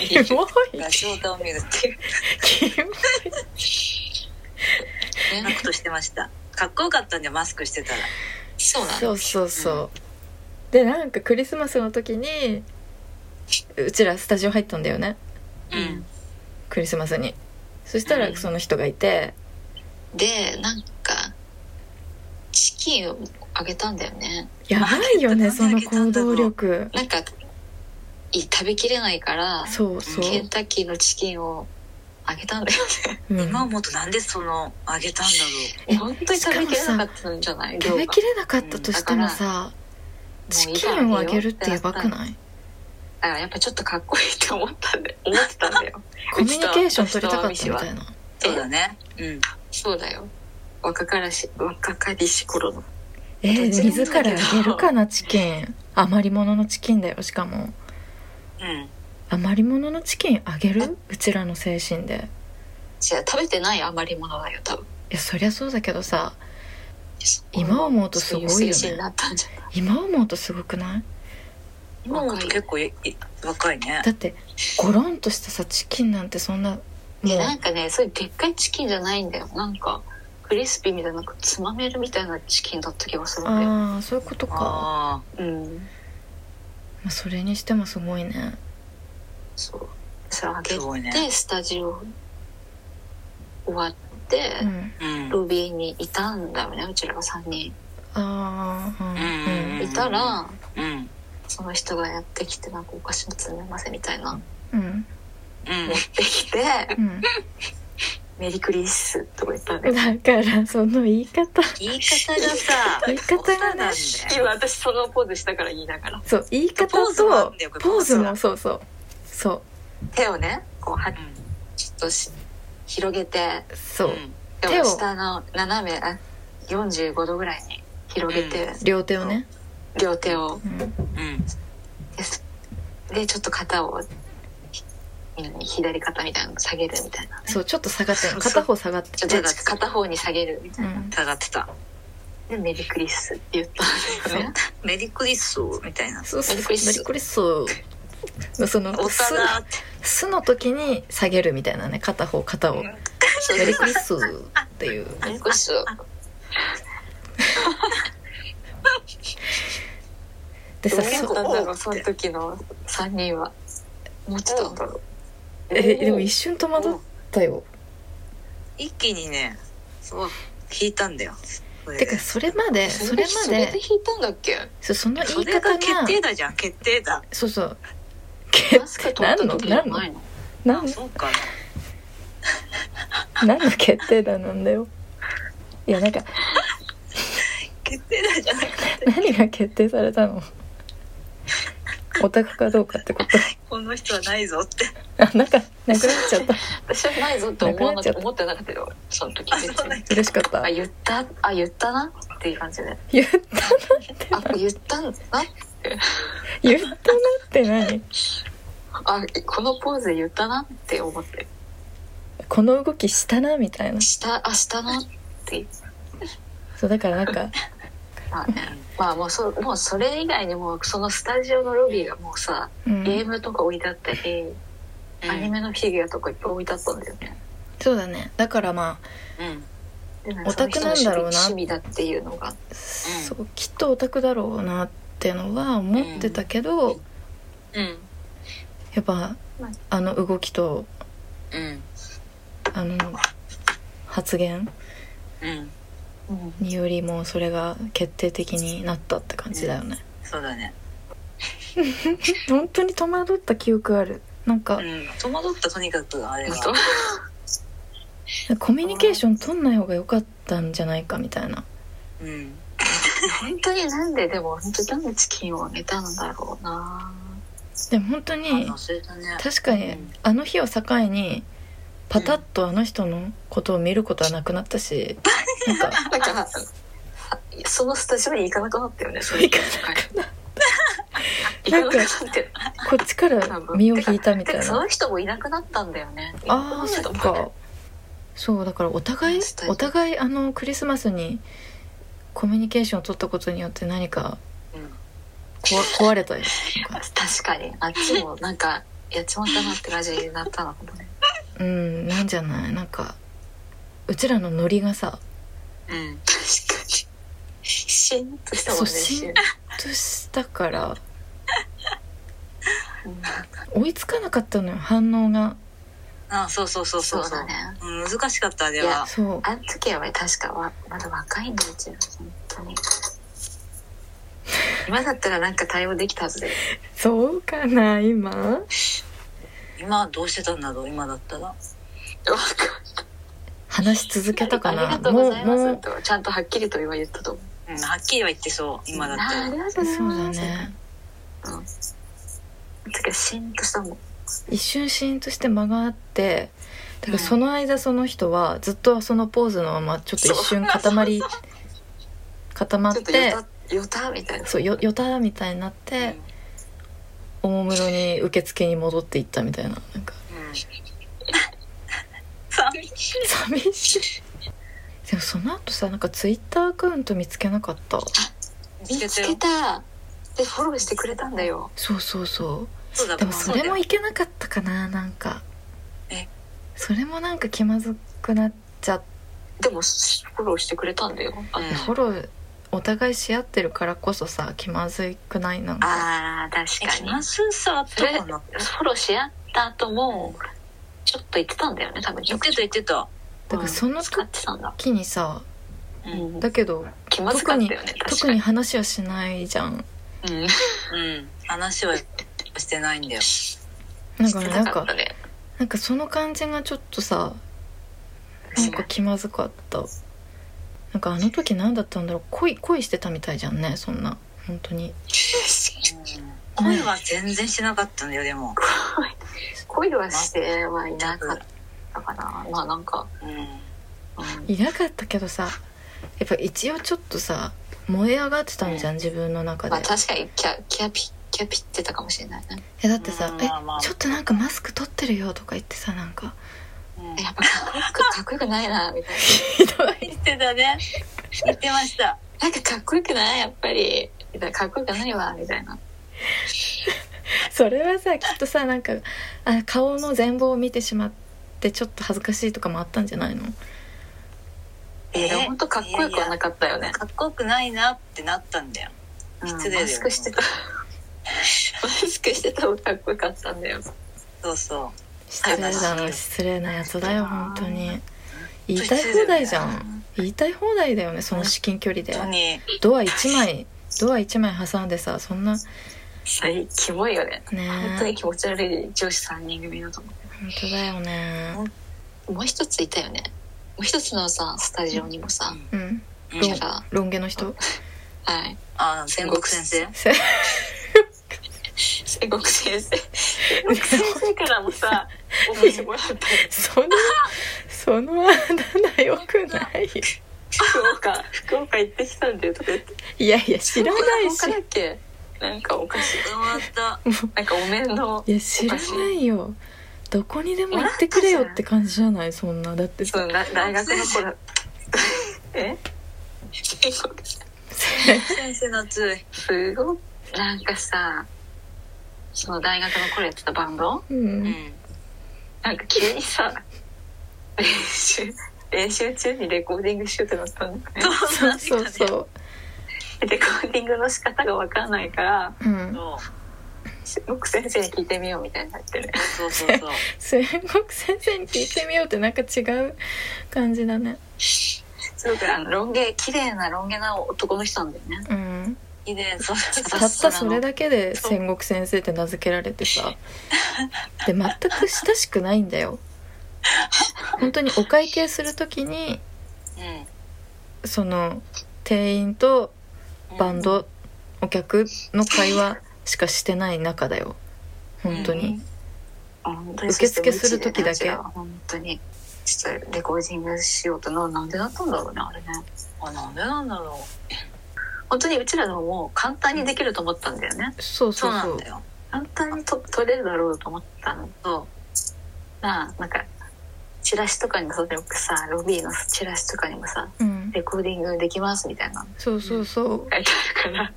Speaker 2: キモい
Speaker 4: が正体を見るっていう
Speaker 2: キモい
Speaker 4: ようなことしてました。かっこよかったんで、マスクしてたら。
Speaker 3: そうなんだ
Speaker 2: そうそうそうでなんかクリスマスの時にうちらスタジオ入ったんだよね
Speaker 4: うん。
Speaker 2: クリスマスにそした
Speaker 3: う
Speaker 2: ら
Speaker 3: ん
Speaker 2: その人がいて
Speaker 3: でなんかチキンをあげたんだよね
Speaker 2: やばいよね
Speaker 4: あ
Speaker 2: その行動力
Speaker 3: なんかい食べきれないから
Speaker 2: そうそ
Speaker 3: ケン
Speaker 2: う、
Speaker 3: タッキーのチキンをあげたんだよ
Speaker 2: うん、
Speaker 4: 今思うとなんでその、あげたんだろ
Speaker 2: え
Speaker 3: ね本当に食べきれなかったんじゃない
Speaker 2: 食
Speaker 3: 量が
Speaker 2: べきれなかったとしてもさチキンをあげるってやばくない
Speaker 3: だからやっぱちょっとかっこいいって思ったんで思ってたんだよ
Speaker 2: コミュニケーション取りたかったみたいな
Speaker 4: う。そうだね。うん。
Speaker 3: そうだよ若からし若かりし頃の
Speaker 2: えー
Speaker 3: どっちでもいいんだ
Speaker 2: 自
Speaker 3: けど
Speaker 2: らあげるかなチキン余り物のチキンだよしかも
Speaker 4: うん。
Speaker 2: 余り物のチキンあげるうちらの精神で
Speaker 3: じゃあ食べてない余り物だよ多分
Speaker 2: いやそりゃそうだけどさ今思うとすごいよね
Speaker 3: そういう精神になったんじゃない
Speaker 2: 今思うとすごくない
Speaker 4: 今思うと結構いい若いね。
Speaker 2: だってゴロンとしたさチキンなんてそんなもう
Speaker 3: いやなんかねそういうでっかいチキンじゃないんだよなんかクリスピーみたいななんかつまめるみたいなチキンだった気がするんだよ、
Speaker 2: ああそういうことか
Speaker 4: あ
Speaker 3: うん、
Speaker 2: まあ、それにしてもすごいね
Speaker 3: そうそれあ
Speaker 4: あ、
Speaker 3: げ
Speaker 4: す
Speaker 3: て、
Speaker 4: ごいね。
Speaker 3: スタジオ終わって、
Speaker 2: うん
Speaker 4: うん。
Speaker 3: ロビーにいたんだよねうちらが3人
Speaker 2: ああうん
Speaker 4: うん
Speaker 3: いたら、
Speaker 4: うん。
Speaker 3: その人がやってきてなんかお菓子の詰めませんみたいな
Speaker 2: うん
Speaker 4: うん
Speaker 3: 持。ってきて
Speaker 2: うん
Speaker 3: 「メリークリス」とか言ったんだよ
Speaker 2: う んだからその言い方
Speaker 4: 言い方がさ、
Speaker 2: 言い方がね
Speaker 4: ね、
Speaker 3: 今私そのポーズしたから言いながら
Speaker 2: そう言い方
Speaker 4: ポーズもあ
Speaker 2: と
Speaker 4: るんだよこれ
Speaker 2: ポーズ
Speaker 4: ポ
Speaker 2: も
Speaker 4: ー。、
Speaker 2: そうそうそ
Speaker 3: 手をねこうはちょっとし広げて
Speaker 2: うそううん
Speaker 3: 手
Speaker 2: 手
Speaker 3: を
Speaker 2: を
Speaker 3: 下の斜めあ45度ぐらいに広げて、
Speaker 2: 両手をね、
Speaker 3: 両手を
Speaker 2: うん
Speaker 4: うん。
Speaker 3: ですでちょっと肩をひ左肩みたいなの下げるみたいな
Speaker 2: そうちょっと下がってる
Speaker 4: そう
Speaker 2: 片方下がって
Speaker 3: ちょっ
Speaker 4: 手
Speaker 3: と
Speaker 4: が
Speaker 3: 片方に下げるみたい
Speaker 2: る、う、
Speaker 3: なん
Speaker 4: 下がってた。
Speaker 3: でメリークリスって言ったんだよね
Speaker 4: メリークリスみたいな。
Speaker 2: そうそう
Speaker 3: メリ
Speaker 2: メ
Speaker 3: クリス
Speaker 2: リクリスのその
Speaker 4: お
Speaker 2: す
Speaker 4: 皿って。
Speaker 2: すの時に下げるみたいなね片方片を
Speaker 3: そう
Speaker 2: メリクリスっていう
Speaker 3: メリークリス
Speaker 2: で
Speaker 3: どう
Speaker 2: さ
Speaker 3: だ
Speaker 2: そ
Speaker 3: ったんだろう
Speaker 4: そう
Speaker 3: その時の3人は持ってたんだろう
Speaker 2: えでも一瞬戸惑ったよ
Speaker 4: 一気にね、そう、引いたんだよ。それ
Speaker 2: て
Speaker 4: で
Speaker 2: かそれまでそれま
Speaker 3: それ
Speaker 2: で
Speaker 3: で引いたんだっけ
Speaker 2: そうその言
Speaker 4: そ
Speaker 2: い
Speaker 4: れ
Speaker 2: 方
Speaker 4: が
Speaker 2: が
Speaker 4: 決定打じゃん、決定打。
Speaker 2: そうそう
Speaker 3: マスク取っ
Speaker 2: 何
Speaker 3: た
Speaker 2: の
Speaker 3: 時じゃ
Speaker 2: 何の
Speaker 3: ないの
Speaker 2: 何の
Speaker 4: そうか
Speaker 2: 何の決定打なんだよいやなんか
Speaker 4: 決定打じゃなくて。
Speaker 2: 何が決定されたの オタクかどうかってこと
Speaker 4: この人はないぞって。
Speaker 2: あなんかなくなっちゃった
Speaker 3: 私はないぞって思わな
Speaker 2: なくなっちゃ
Speaker 3: く
Speaker 2: った
Speaker 3: 思ってなかったよその時
Speaker 4: あ
Speaker 3: 別
Speaker 4: そうなん
Speaker 3: に
Speaker 2: 嬉しかった
Speaker 3: あ言ったあ言ったなっていう感じで
Speaker 2: 言ったなって
Speaker 3: あ言ったんだな
Speaker 2: 言ったなって何
Speaker 3: あこのポーズで言ったなって思って
Speaker 2: この動きしたなみたいな
Speaker 3: したあしたなって
Speaker 2: そうだからなんか
Speaker 3: あねまあもうそもうそれ以外にもそのスタジオのロビーがもうさ
Speaker 2: うん
Speaker 3: ゲームとか置いてあったり、アニメのフィギュアとかいっぱい置いてあったんだよね
Speaker 2: そうだねだからま
Speaker 4: うん。
Speaker 3: でなん
Speaker 2: オ
Speaker 3: か
Speaker 2: タクなんだろうな
Speaker 3: その人の趣味趣味だっていうのが
Speaker 2: あそうきっとオタクだろうなってのは思ってたけど、
Speaker 4: うん。
Speaker 2: やっぱあの動きと
Speaker 4: うん。
Speaker 2: あの発言
Speaker 4: うん。
Speaker 3: うん
Speaker 2: によりもそれが決定的になったって感じだよね、
Speaker 4: そうだね。
Speaker 2: 本当に戸惑った記憶あるなんか
Speaker 4: うん。戸惑ったとにかくあれは。
Speaker 2: コミュニケーション取んない方が良かったんじゃないかみたいな
Speaker 4: うん。
Speaker 3: 本当になんででも本当になんでチキンをあげたんだろうな
Speaker 2: でも本当
Speaker 4: あ
Speaker 2: に
Speaker 4: の忘れたね。
Speaker 2: 確かに
Speaker 4: うん
Speaker 2: あの日を境にパタッとあの人のことを見ることはなくなったし、なんか
Speaker 3: だからそのスタジオに行かなくなったよね
Speaker 2: そう行か
Speaker 3: なくなっ
Speaker 2: な
Speaker 3: 行
Speaker 2: ん
Speaker 3: か
Speaker 2: か
Speaker 3: なくなったよ
Speaker 2: こっちから身を引いたみたい
Speaker 3: てかそ
Speaker 2: な
Speaker 3: の人もいなくなったんだよね
Speaker 2: ああそっかそうだからお互い
Speaker 3: スタジオ
Speaker 2: お互いあのクリスマスにコミュニケーションを取ったことによって何か
Speaker 4: うん。
Speaker 2: こわ壊れたり とか
Speaker 3: 確かにあっちもなんかやっちまったなって感じになったのかもね
Speaker 2: うんなんじゃないなんかうちらのノリがさ
Speaker 4: うん。
Speaker 3: 確かにシーンとしたもん
Speaker 2: そう
Speaker 3: ね
Speaker 2: しん
Speaker 3: 一瞬
Speaker 2: としたから
Speaker 3: うん
Speaker 2: 追いつかなかったのよ反応が
Speaker 4: あ、そうそうそうそ。
Speaker 3: そううだね
Speaker 4: うん、難しかったあれ
Speaker 3: いや
Speaker 4: は。
Speaker 2: そう
Speaker 3: あの時は確かわまだ若いんだようちら本当に今だったらなんか対応できたはずで
Speaker 2: そうかな今
Speaker 4: 今どうしてたんだろう今だったら。
Speaker 2: 話し続けたか
Speaker 3: あ
Speaker 2: な
Speaker 3: りがとうございま
Speaker 2: も
Speaker 3: す
Speaker 2: う
Speaker 3: とちゃんとはっきりと今言ったと思う
Speaker 4: うん、はっきりは言ってそう。今だっ
Speaker 3: ああ
Speaker 4: た
Speaker 3: り
Speaker 4: ら。
Speaker 3: がと
Speaker 2: そうう
Speaker 3: ござい
Speaker 2: だ
Speaker 3: ます
Speaker 2: ね
Speaker 3: うんてかシーンとしたもん
Speaker 2: 一瞬シーンとして間があってだからその間その人はずっとそのポーズのままちょっと一瞬固ま り固まっ
Speaker 3: ちょっと
Speaker 2: て
Speaker 3: よたよたみたいな
Speaker 2: そうよよたみたいになっ
Speaker 4: うん。
Speaker 2: ておもむろに受付に戻っていったみたいななんか
Speaker 4: うん。寂しい。
Speaker 2: 寂しいでもその後さなんかツイッターアカウント見つけなかった
Speaker 3: 見つけたでフォローしてくれたんだよ
Speaker 2: そうそうそ
Speaker 4: そうだ
Speaker 2: うでもそれも
Speaker 4: い
Speaker 2: いけなかったかななんか
Speaker 4: え
Speaker 2: それもなんか気まずくなっちゃって
Speaker 3: でもしフォローしてくれたんだよあ
Speaker 4: うん
Speaker 2: フォローお互いし合ってるからこそさ気まずくないなんか
Speaker 3: あー確
Speaker 4: 気まずさあったかな。
Speaker 3: フォローし合った後もちょっと言ってたんだよね多分
Speaker 4: 言ってた言ってた。
Speaker 2: だからその
Speaker 3: 使ってたんだ、
Speaker 2: 時にさ
Speaker 4: う。
Speaker 3: うんん、
Speaker 2: だけど
Speaker 3: 気まずか
Speaker 2: 特
Speaker 3: った
Speaker 2: に
Speaker 3: よね確か
Speaker 2: 特に話はしないじゃん
Speaker 3: に、うん、
Speaker 4: うん。話はしてないんだよ。
Speaker 2: だ
Speaker 3: し
Speaker 2: から
Speaker 3: て
Speaker 2: なん
Speaker 3: なかっ
Speaker 2: か
Speaker 3: たね
Speaker 2: なんかその感じがちょっとさなんか気まずかったなんかあの時何だったんだろう恋恋してたみたいじゃんねそんな本当に
Speaker 4: うん声は全然しなかったんだよ、でも。
Speaker 3: 恋はしてはいなかったかなまあなんか、
Speaker 4: うん。
Speaker 3: うん
Speaker 2: いなかったけどさやっぱ一応ちょっとさ燃え上がってたんじゃん自分の中
Speaker 3: まあ
Speaker 2: で
Speaker 3: 確かにキャキャピキャピってたかもしれないね
Speaker 2: えだってさ「
Speaker 4: うん
Speaker 2: え
Speaker 4: まあまあ
Speaker 2: ちょっとなんかマスク取ってるよ」とか言ってさなんか
Speaker 4: うん
Speaker 3: やっぱかっこよくかっこよくないなみたいな
Speaker 2: ひどい
Speaker 4: 言ってたね。言ってました。
Speaker 3: なんかかっこよくないやっぱりみたいなかっこよくないわみたいな
Speaker 2: それはさきっとさなんかあ顔の全貌を見てしまってちょっと恥ずかしいとかもあったんじゃないの
Speaker 3: えー、本当かっこよくはな
Speaker 4: く
Speaker 3: かったよね
Speaker 4: かっこよくないなってなったんだよ。いやいや失礼だよ
Speaker 3: マスクして たマスクしてたもかっこよかったんだよ
Speaker 4: そうそ
Speaker 2: 失礼だな失礼なやつだよ本当に
Speaker 4: う。
Speaker 2: 言いたい放題じゃ
Speaker 4: 本
Speaker 2: ん言いたい放題だよねその至近距離で
Speaker 4: 当に。
Speaker 2: ドア1枚ドア1枚挟んでさそんなね
Speaker 3: 最キモいよね本当に
Speaker 2: 本
Speaker 3: 気持ち悪い上司3人組だと思
Speaker 2: 当だよね
Speaker 3: うもう一ついたよねもう一つのさスタジオにもさ、
Speaker 2: うん
Speaker 4: うん
Speaker 2: どう
Speaker 3: なんか
Speaker 2: ロン毛の人
Speaker 3: はい
Speaker 4: あ、戦国先生
Speaker 2: せ
Speaker 3: 戦国先生戦国先生からも さお菓子もらったよ
Speaker 2: そのそのあだ名よくないよ
Speaker 3: 福岡福岡行ってきたんだよとか言って
Speaker 2: いやいや知らない
Speaker 3: 福
Speaker 2: し
Speaker 3: 岡だっけなんかお菓子
Speaker 4: まった。
Speaker 3: なんかお面の
Speaker 2: いや知らないよどこにでも行ってくれよって感じじゃないそんなだって
Speaker 3: そ
Speaker 2: さ
Speaker 3: のな大学の 頃え戦国
Speaker 4: 先生夏い。
Speaker 3: すごいなんかさその大学の頃やってたバンド
Speaker 2: う
Speaker 4: うんん。
Speaker 3: なんか急にさ練習練習中にレコーディングしようってなったの
Speaker 2: そうそうそう
Speaker 3: レコーディングの仕方がわかんないから
Speaker 2: うん
Speaker 4: そう
Speaker 3: 僕先生に聞いてみようみたいになってる
Speaker 4: そうそうそう。
Speaker 2: 戦国先生に聞いてみようってなんか違う感じだね
Speaker 3: すごくあのロン毛綺麗なロン毛な男の人なんだよね
Speaker 2: うん
Speaker 4: 以前、そう
Speaker 2: たったそれだけで戦国先生って名付けられてさで全く親しくないんだよ本当にお会計する時に
Speaker 4: うん。
Speaker 2: その店員とバンド、お客の会話しかしてない中だよ本当に、
Speaker 3: 本当
Speaker 2: 受付する時だけ
Speaker 3: そして無知でねうちらは本当にちょっとレコーディングしようとななんでだったんだろうねあれね
Speaker 4: あ、なんでなんだろ
Speaker 3: 本当にうちらの方も簡単にできると思ったんだよね
Speaker 2: そう
Speaker 4: う。そ
Speaker 2: そうう
Speaker 4: な
Speaker 2: そ
Speaker 4: ん
Speaker 2: う
Speaker 4: だよ。
Speaker 3: 簡単にと取れるだろうと思ったのとまあなんかチラシとかにもそうでよくさロビーのチラシとかにもさ
Speaker 2: うん、
Speaker 3: レコーディングできますみたいなの
Speaker 2: そうそうそ
Speaker 3: 書いてあるから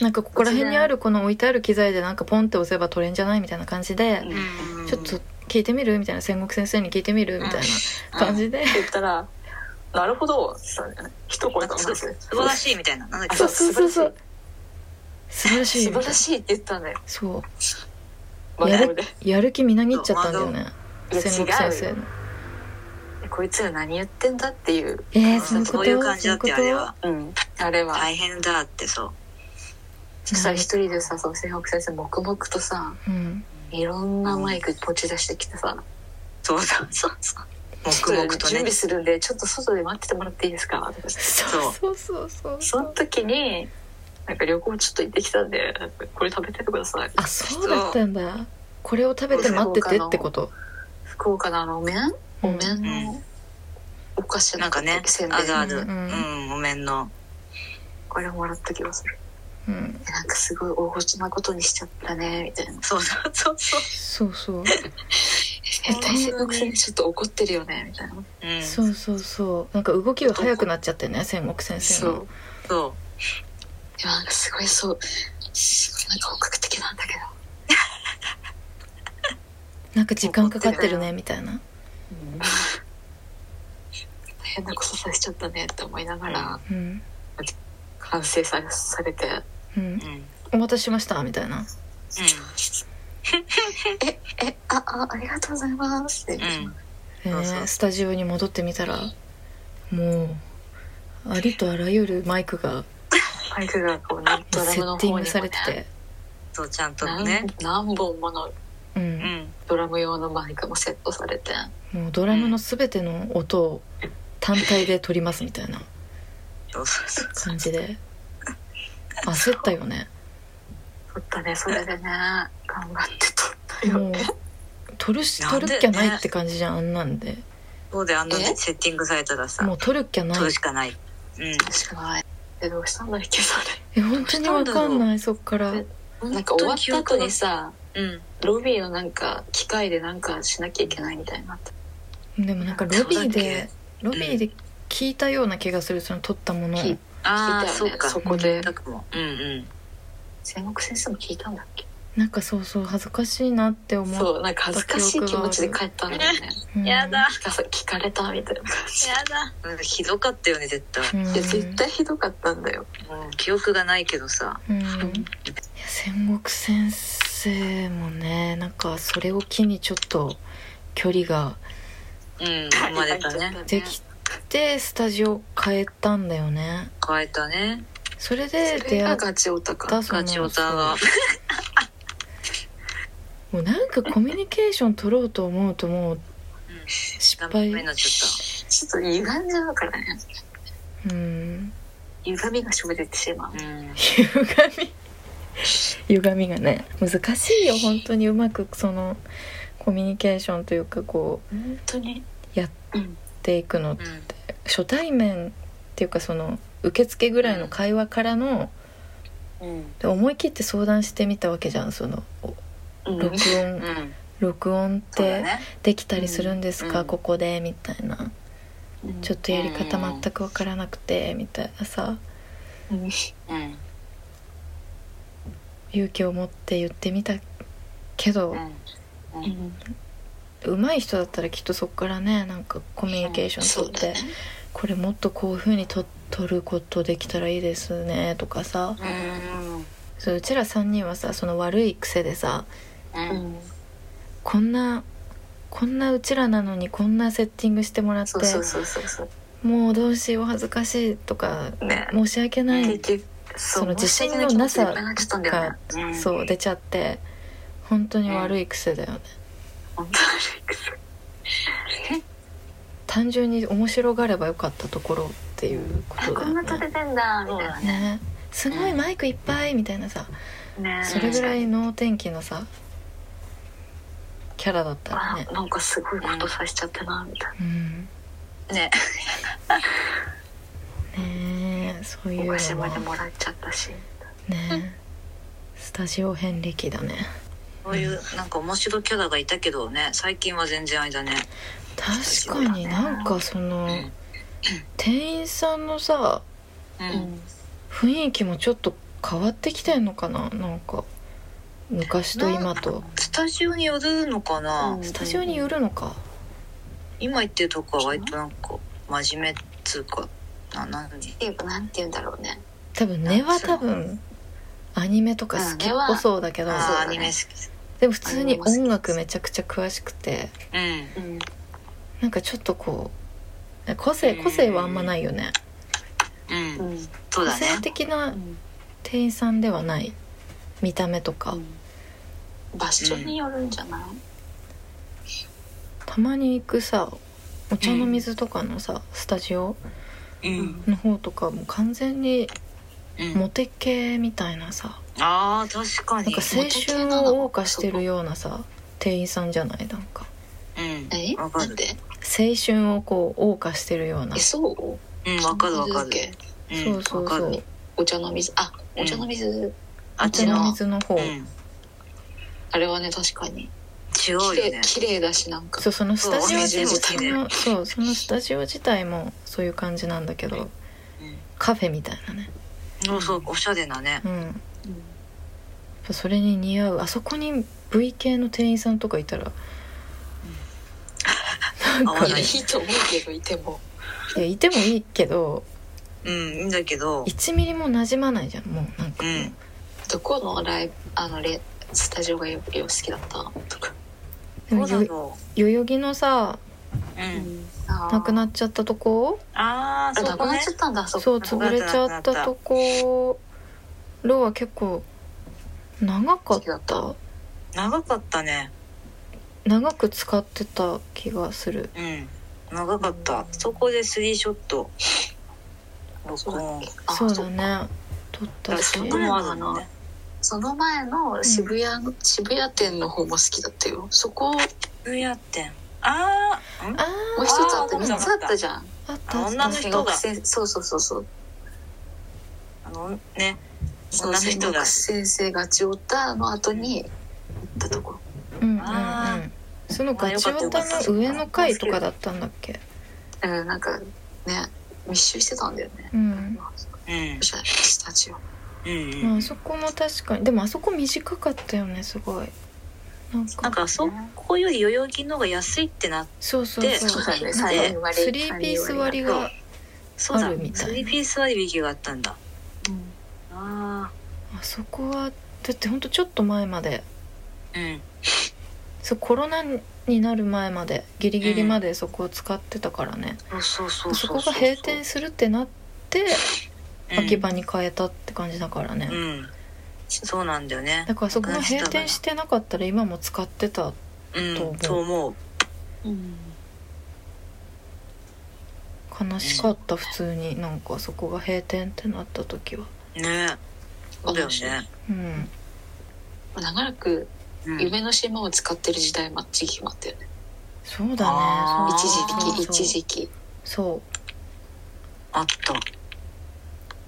Speaker 2: うなんかここら辺にあるこの置いてある機材でなんかポンって押せば取れんじゃないみたいな感じで
Speaker 3: うん
Speaker 4: うん
Speaker 2: ちょっと聞いてみるみたいな戦国先生に聞いてみるみたいな感じで
Speaker 3: って言ったら「なるほど」そうだよね一言なんですよ
Speaker 4: 素晴らしいみたいな。なんだっけ
Speaker 3: ん
Speaker 2: そうそうそうそう素晴らしい
Speaker 3: 素
Speaker 2: み
Speaker 3: 晴
Speaker 2: たいな
Speaker 3: らしいって言ったんだよ
Speaker 2: そ
Speaker 3: まあ
Speaker 2: やる
Speaker 3: これで
Speaker 2: うやる気みなぎっちゃったんだよね
Speaker 3: いや
Speaker 2: 戦国先生
Speaker 3: 違う
Speaker 2: の
Speaker 3: よこいつら何言ってんだっていう、
Speaker 2: えー、
Speaker 4: そ
Speaker 2: そううい
Speaker 4: ん
Speaker 2: うこ
Speaker 4: そ
Speaker 2: と
Speaker 4: ういう感じだってあ
Speaker 2: そうい
Speaker 4: れ
Speaker 2: うこと
Speaker 3: う
Speaker 4: は
Speaker 3: ん、あれは、
Speaker 4: 大変だってそう
Speaker 3: そしたら一人でさその戦北先生黙々とさ
Speaker 2: うん
Speaker 3: いろんなマイク持ち出してきてさ
Speaker 4: そうだそうそう
Speaker 3: ち
Speaker 4: 黙
Speaker 3: ょっ
Speaker 4: 々
Speaker 3: と
Speaker 4: と
Speaker 3: 準
Speaker 4: ね
Speaker 3: 備するんでちょっと外で待っててもらっていいですかとか
Speaker 2: そうそうそうそう
Speaker 3: その時になんか旅行ちょっと行ってきたんでこれ食べててください
Speaker 2: あそうだったんだこれを食べて待っててってこと
Speaker 3: 福岡のあのお面お面
Speaker 4: う
Speaker 3: のお菓子
Speaker 4: なんかね
Speaker 3: せんべい
Speaker 4: あるある
Speaker 2: う
Speaker 4: うんんお面の
Speaker 3: これもらった気がする
Speaker 2: うん
Speaker 3: なんかすごい大ごとなことにしちゃったねみたいな
Speaker 4: そうそうそうそう
Speaker 2: そうそう
Speaker 3: 絶対戦国戦ちょっと怒ってるよねみたいな
Speaker 4: うんそ
Speaker 2: そううそうそうなんか動きが速くなっちゃってね戦国先生
Speaker 3: そう
Speaker 2: の
Speaker 4: そ
Speaker 3: でもなんかすごいそうすごいなんか本格的なんだけど
Speaker 2: なんか時間かかってるねみたいな
Speaker 3: 大変なことさせちゃったねって思いながら
Speaker 2: うん
Speaker 3: 完成さされて
Speaker 2: う
Speaker 4: うんうんうん
Speaker 2: お待たせしましたみたい
Speaker 3: 「
Speaker 2: な
Speaker 3: えああありがとうございます」って、
Speaker 4: うん
Speaker 2: え
Speaker 4: そうそう
Speaker 2: ースタジオに戻ってみたらもうありとあらゆるマイクが
Speaker 3: マイクがこうなん
Speaker 2: セ
Speaker 3: ドラムの
Speaker 2: ッティン
Speaker 3: 方
Speaker 2: グ
Speaker 3: に
Speaker 2: されてて
Speaker 4: そうちゃんと
Speaker 3: 何
Speaker 4: ね
Speaker 3: 何本もの
Speaker 2: う
Speaker 4: うんん
Speaker 3: ドラム用のマイクもセットされて
Speaker 2: もうドラムの全ての音を単体で撮りますみたいな
Speaker 4: そうそうそう
Speaker 2: 感じで焦ったよね
Speaker 3: 撮ったねそれでね頑張って撮ったよ
Speaker 2: もう撮るし
Speaker 4: な
Speaker 2: 撮
Speaker 4: んで
Speaker 2: るっきゃないって感じじゃんあんなんで
Speaker 4: そうであんな
Speaker 3: え
Speaker 4: セッティングされたらさ
Speaker 2: もう撮るっきゃない
Speaker 4: 取るしかないうん
Speaker 3: しかないでどうしたんだっけそ
Speaker 2: え本当にわかんないそっから
Speaker 3: えれなんか終わった後にさ
Speaker 4: うん
Speaker 3: ロビーのなんか機械でなんかしなきゃいけないみたいになって
Speaker 2: でもなんかロビ
Speaker 4: そうだ
Speaker 2: ー
Speaker 4: っ
Speaker 2: で
Speaker 4: け
Speaker 2: ロビーで聞いたような気がするその撮ったものを
Speaker 3: 聞い
Speaker 4: ああ
Speaker 3: 聞
Speaker 4: そ
Speaker 3: いうたよねそ
Speaker 4: か
Speaker 3: こで
Speaker 4: 全くもうんうん
Speaker 3: 戦国先生も聞いたんだっけ
Speaker 2: なんかそうそう恥ずかしいなって思う
Speaker 3: そうなんか恥ずかしい気持ちで帰ったんだよね
Speaker 2: うん
Speaker 4: やだ
Speaker 3: 聞かさ聞かれたみたいな感じ
Speaker 4: やだうんひどかったよね絶対
Speaker 2: うん
Speaker 3: いや絶対ひどかったんだよ
Speaker 4: もう記憶がないけどさ
Speaker 2: うんいや戦国先生もねなんかそれを機にちょっと距離が
Speaker 4: うん 生まれたね
Speaker 2: できてスタジオを変えたんだよね
Speaker 4: 変えたね
Speaker 2: それ
Speaker 3: そ
Speaker 2: で
Speaker 3: れ
Speaker 2: 出会
Speaker 3: が
Speaker 2: っ
Speaker 3: ガチオタ
Speaker 2: た
Speaker 3: か
Speaker 2: その
Speaker 4: ガチオタが
Speaker 2: もうなんかコミュニケーション取ろうと思うともう失
Speaker 4: ダメ
Speaker 2: 敗
Speaker 4: になっちゃっ
Speaker 3: ちょっと歪んじゃうからね
Speaker 2: うん
Speaker 3: 歪みが生じてしまう
Speaker 4: たうん
Speaker 2: 歪み歪みがね難しいよ本当にうまくそのコミュニケーションというかこう
Speaker 3: 本当に
Speaker 2: やっ
Speaker 3: うん
Speaker 2: ていくのって初対面っていうかその受付ぐらいの会話からの
Speaker 4: うんうん
Speaker 2: で思い切って相談してみたわけじゃんそのお
Speaker 3: うん
Speaker 2: 録音
Speaker 4: うん
Speaker 2: 録音っ
Speaker 4: そうだ
Speaker 2: て
Speaker 4: ね
Speaker 2: できたりするんですか、
Speaker 4: うん
Speaker 2: ここでみたいな
Speaker 3: うん
Speaker 2: ちょっとやり方全く分からなくてみたいなさ
Speaker 3: うん
Speaker 4: うん
Speaker 2: 勇気を持って言ってみたけど、
Speaker 4: うん
Speaker 3: うん
Speaker 2: 上手い人だったらきっとそこからねなんかコミュニケーション取って、
Speaker 3: そうだね
Speaker 2: これもっとこういう風にと取ることできたらいいですねとかさ
Speaker 4: うん
Speaker 2: そううちら3人はさその悪い癖でさ
Speaker 4: うん
Speaker 3: うん
Speaker 2: こんなこんなうちらなのにこんなセッティングしてもらって
Speaker 3: そうそうそうそうそう
Speaker 2: もうどうしよう恥ずかしいとか
Speaker 3: ね
Speaker 2: 申し訳な
Speaker 3: 結
Speaker 2: い
Speaker 3: 局
Speaker 2: その自信のなさが
Speaker 4: うん
Speaker 2: そう出ちゃって本当に悪い癖だよね
Speaker 3: 本
Speaker 2: 単純に面白がればよかったところっていうこ
Speaker 3: 当
Speaker 2: と
Speaker 3: にこ
Speaker 2: だ
Speaker 3: んな
Speaker 2: よ
Speaker 3: 撮
Speaker 2: ね
Speaker 3: れてんだみ
Speaker 4: そう
Speaker 3: たい
Speaker 4: だね
Speaker 2: ねすごいマイクいっぱいみたいなさ
Speaker 3: なね
Speaker 2: それぐら
Speaker 3: い
Speaker 2: い能天気のさキャラだったらね
Speaker 3: なんかすごいことさせちゃったなみたい
Speaker 2: うん
Speaker 4: ね
Speaker 2: ねえそうい
Speaker 3: な
Speaker 2: う
Speaker 3: お
Speaker 2: の
Speaker 3: 菓子ま
Speaker 2: は
Speaker 3: でもらっちゃったし
Speaker 2: ねスタジオ遍歴だね
Speaker 4: そういうなんか面白いキャラがいたけどね最近は全然あれだね
Speaker 2: 確かになんかその
Speaker 4: うん
Speaker 2: 店員さんのさ
Speaker 4: うん
Speaker 2: 雰囲気もちょっと変わってきてんのかななんか昔と今と
Speaker 4: スタジオによるのかな、
Speaker 3: うん
Speaker 2: スタジオによるのか
Speaker 4: 今行ってるとこは割となんか真面目っつうかななんに
Speaker 3: っていうかなんて言うんだろうね
Speaker 2: 多分根は多分アニメとか好きっぽそうだけど
Speaker 3: うん
Speaker 4: あ
Speaker 3: 根は
Speaker 4: ー
Speaker 3: そうだ
Speaker 4: ア
Speaker 3: ね
Speaker 4: ニメ好き
Speaker 2: でも普通に音楽めちゃくちゃ詳しくて
Speaker 4: うん
Speaker 3: うん
Speaker 2: なんかちょっとこう個性
Speaker 4: うん
Speaker 2: 個性はあんまないよね
Speaker 4: う
Speaker 3: うんん
Speaker 4: そう
Speaker 2: 個
Speaker 4: だね
Speaker 2: 性的な
Speaker 3: うん
Speaker 2: 店員さんではない見た目とか
Speaker 3: 場所によるんじゃない
Speaker 2: たまに行くさお茶の水とかのさスタジオ
Speaker 4: うん
Speaker 2: の方とかも完全に
Speaker 4: うん
Speaker 2: モテ系みたいなさ
Speaker 4: あー確か
Speaker 2: なん
Speaker 4: に
Speaker 2: か青春を謳歌してるようなさ店員さんじゃないなんか
Speaker 4: う
Speaker 3: え
Speaker 4: んわか
Speaker 3: なん
Speaker 4: る
Speaker 3: で
Speaker 2: 青春をこう謳歌してるような
Speaker 3: えそう
Speaker 4: うんわかるわか
Speaker 3: なんだっ
Speaker 4: る
Speaker 3: け
Speaker 4: ん
Speaker 2: そうそう
Speaker 4: わか
Speaker 2: そ
Speaker 4: る
Speaker 2: う
Speaker 3: お茶の水あお茶の水
Speaker 4: あっ
Speaker 2: お茶
Speaker 4: ち
Speaker 2: の
Speaker 4: の
Speaker 2: 水の方
Speaker 4: うん
Speaker 3: あれはね確かに
Speaker 4: 違う
Speaker 3: 綺
Speaker 4: よ
Speaker 3: 麗
Speaker 4: ね
Speaker 3: 綺麗だしなんか
Speaker 2: そうそのスタジオ
Speaker 4: そう
Speaker 2: 自
Speaker 4: お店
Speaker 2: 体
Speaker 4: 自体
Speaker 2: もそうそのスタジオ自体もそういう感じなんだけどカフェみたいなね
Speaker 4: そうそうおしゃれなね
Speaker 2: うんや
Speaker 3: う
Speaker 2: っ
Speaker 3: ん
Speaker 2: ぱそれに似合うあそこに V 系の店員さんとかいたらなんか
Speaker 4: あ
Speaker 2: ね
Speaker 4: い
Speaker 3: いいと思うけどいても
Speaker 2: いやいてもいいけど
Speaker 4: うんいいんだけど
Speaker 2: 1ミリも馴染まないじゃんもうなんか
Speaker 4: う
Speaker 2: もう、
Speaker 4: ん
Speaker 3: どこのライブあのレスタジオがよよ好きだったとか
Speaker 2: でも
Speaker 4: そうな
Speaker 2: よ
Speaker 4: の
Speaker 2: 代々木のさ
Speaker 4: うん
Speaker 2: なく
Speaker 3: っ
Speaker 2: なっちゃったとこ
Speaker 4: あー
Speaker 3: な
Speaker 4: そ
Speaker 3: く
Speaker 4: こ
Speaker 3: なっ
Speaker 4: ね
Speaker 3: ちゃったんだそ
Speaker 2: そう
Speaker 3: こ
Speaker 2: 潰れちゃったところは結構長かっ
Speaker 3: 好きだったた
Speaker 4: 長かったね
Speaker 2: 長く使ってた気がする
Speaker 4: うん長かったそこでスリーショット録音
Speaker 3: あ
Speaker 2: そう
Speaker 3: そ
Speaker 2: だ
Speaker 3: っか
Speaker 2: ね撮ったし
Speaker 4: そこもあるのね
Speaker 3: その前の渋谷の、渋谷店の方も好きだったよそこもう
Speaker 4: 渋谷店あーん
Speaker 2: あ
Speaker 3: 一つあった
Speaker 4: あー
Speaker 3: 3つあったじゃん
Speaker 2: ーあったあっ
Speaker 4: 女の
Speaker 2: た
Speaker 4: 人
Speaker 3: 学
Speaker 4: が
Speaker 3: 生そうそうそうそう
Speaker 4: あのね
Speaker 3: そう
Speaker 4: 女の人が
Speaker 3: 学先生がちおったの後に行ったとこ
Speaker 2: うんうんうん
Speaker 4: あ
Speaker 2: そのガチオタの上の階とかだったんだっけ
Speaker 3: ろうんなんかね密集してたんだよね
Speaker 2: うん
Speaker 4: うん
Speaker 3: おしゃれな人たちを
Speaker 4: うんうん
Speaker 2: まああそこも確かにでもあそこ短かったよねすごいなんか
Speaker 4: なんかそこより代々木の方が安いってな
Speaker 2: そうそう
Speaker 4: で
Speaker 2: そう
Speaker 3: だね
Speaker 4: で
Speaker 3: 3割
Speaker 2: スリーピース割が
Speaker 4: そうだ
Speaker 2: あるみたいな
Speaker 4: 3ピース割引があったんだ
Speaker 3: うん
Speaker 4: あ
Speaker 2: あそこはだってほんとちょっと前まで
Speaker 4: あうん
Speaker 2: そうコロナになる前までギリギリまでそこを使ってたからね、
Speaker 4: そうそうそう
Speaker 2: そうこが閉店するってなって
Speaker 4: うん
Speaker 2: 空き場に変えたって感じだからね、
Speaker 4: うんそうなんだよね
Speaker 2: だからそこが閉店してなかったら今も使ってた
Speaker 4: うん
Speaker 2: と
Speaker 4: と思う
Speaker 3: うん
Speaker 2: 悲しかった普通になんかそこが閉店ってなった時は
Speaker 4: ねそうだよね
Speaker 2: うん
Speaker 3: まあ長らく
Speaker 4: うん
Speaker 3: 夢の島を使ってる時代もあっち決まったよね
Speaker 2: そうだ
Speaker 4: あ
Speaker 2: ね
Speaker 4: ー
Speaker 3: 一時期
Speaker 2: そうそう
Speaker 3: 一時期
Speaker 2: そう
Speaker 4: あった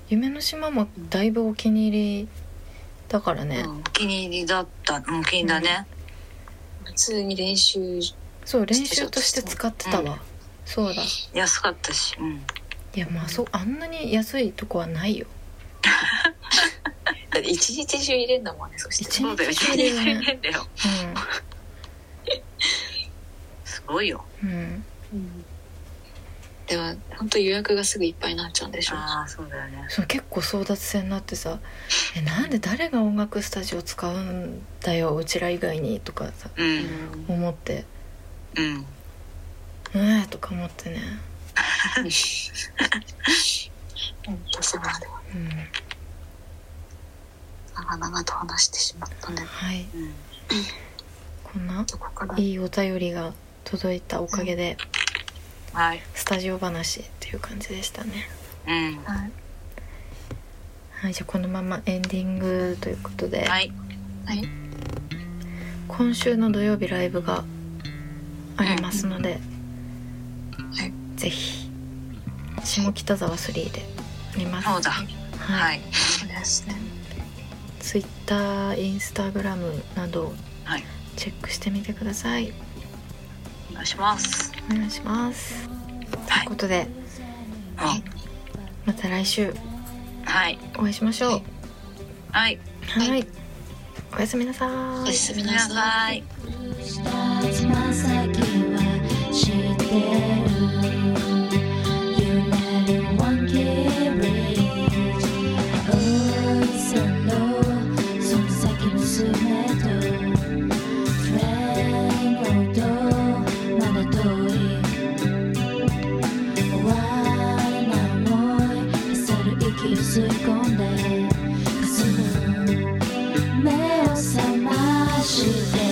Speaker 2: 夢の島もだいぶお気に入りだからね、
Speaker 4: うんお気に入りだったうんお気に入りだね、
Speaker 3: 普通に練習
Speaker 2: そう練習として使ってたわ、
Speaker 4: う
Speaker 2: そうだ
Speaker 4: 安かったしうん
Speaker 2: いやまあそうあんなに安いとこはないよ
Speaker 3: だって一日中入れんだもんねそして
Speaker 2: 一
Speaker 4: そうだよ
Speaker 2: 日
Speaker 4: 一
Speaker 2: 中
Speaker 4: 日
Speaker 2: で
Speaker 4: 入れんだよすごいよ
Speaker 2: うん、うん、
Speaker 3: では本当予約がすぐいっぱいになっちゃうんでしょ
Speaker 4: ああそうだよね
Speaker 2: そう結構争奪戦になってさ「えなんで誰が音楽スタジオ使うんだようちら以外に」とかさ
Speaker 4: う
Speaker 3: うんん
Speaker 2: 思って
Speaker 4: うん
Speaker 2: 「うん」とか思ってね、
Speaker 3: 本当そうなんだよ
Speaker 2: うん、
Speaker 3: 長々と話してしまったね
Speaker 2: はい
Speaker 4: うん
Speaker 2: こんな
Speaker 3: どこから
Speaker 2: いいお便りが届いたおかげで
Speaker 4: はい
Speaker 2: スタジオ話っていう感じでしたね
Speaker 4: うん
Speaker 3: はい
Speaker 2: はいじゃあこのままエンディングということで、
Speaker 4: はい
Speaker 3: はい
Speaker 2: 今週の土曜日ライブがありますので、
Speaker 3: はい
Speaker 2: ぜひ下北沢3で見ます
Speaker 4: そうだ
Speaker 2: はい、
Speaker 4: はい
Speaker 3: そうです ね
Speaker 2: ツイッターインスタグラムなど
Speaker 4: はい
Speaker 2: チェックしてみてください
Speaker 4: お願いします
Speaker 2: お願いします、
Speaker 4: はい
Speaker 2: ということで
Speaker 4: うん
Speaker 2: また来週
Speaker 4: はい
Speaker 2: お会いしましょう
Speaker 4: はい
Speaker 2: はい、
Speaker 3: はい
Speaker 2: おやすみなさー
Speaker 3: お
Speaker 2: い
Speaker 3: やす
Speaker 4: お
Speaker 3: み
Speaker 4: や
Speaker 3: な
Speaker 4: すみ
Speaker 3: さ
Speaker 4: なさ
Speaker 3: い
Speaker 4: い
Speaker 1: つま先は知ってる You never want to reach お線路その先のすべてフレームまだ遠い終わりな思い焦る息を吸い込んでくすむ目を覚まして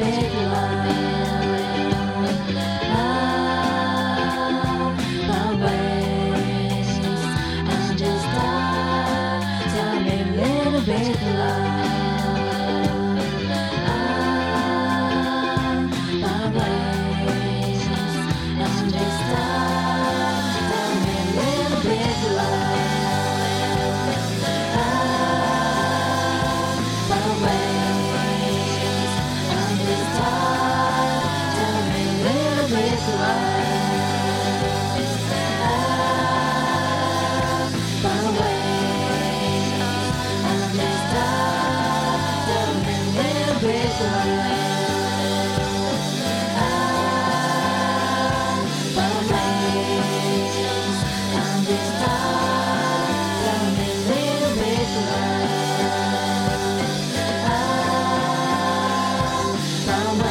Speaker 1: Ah, Ah, Ah, わ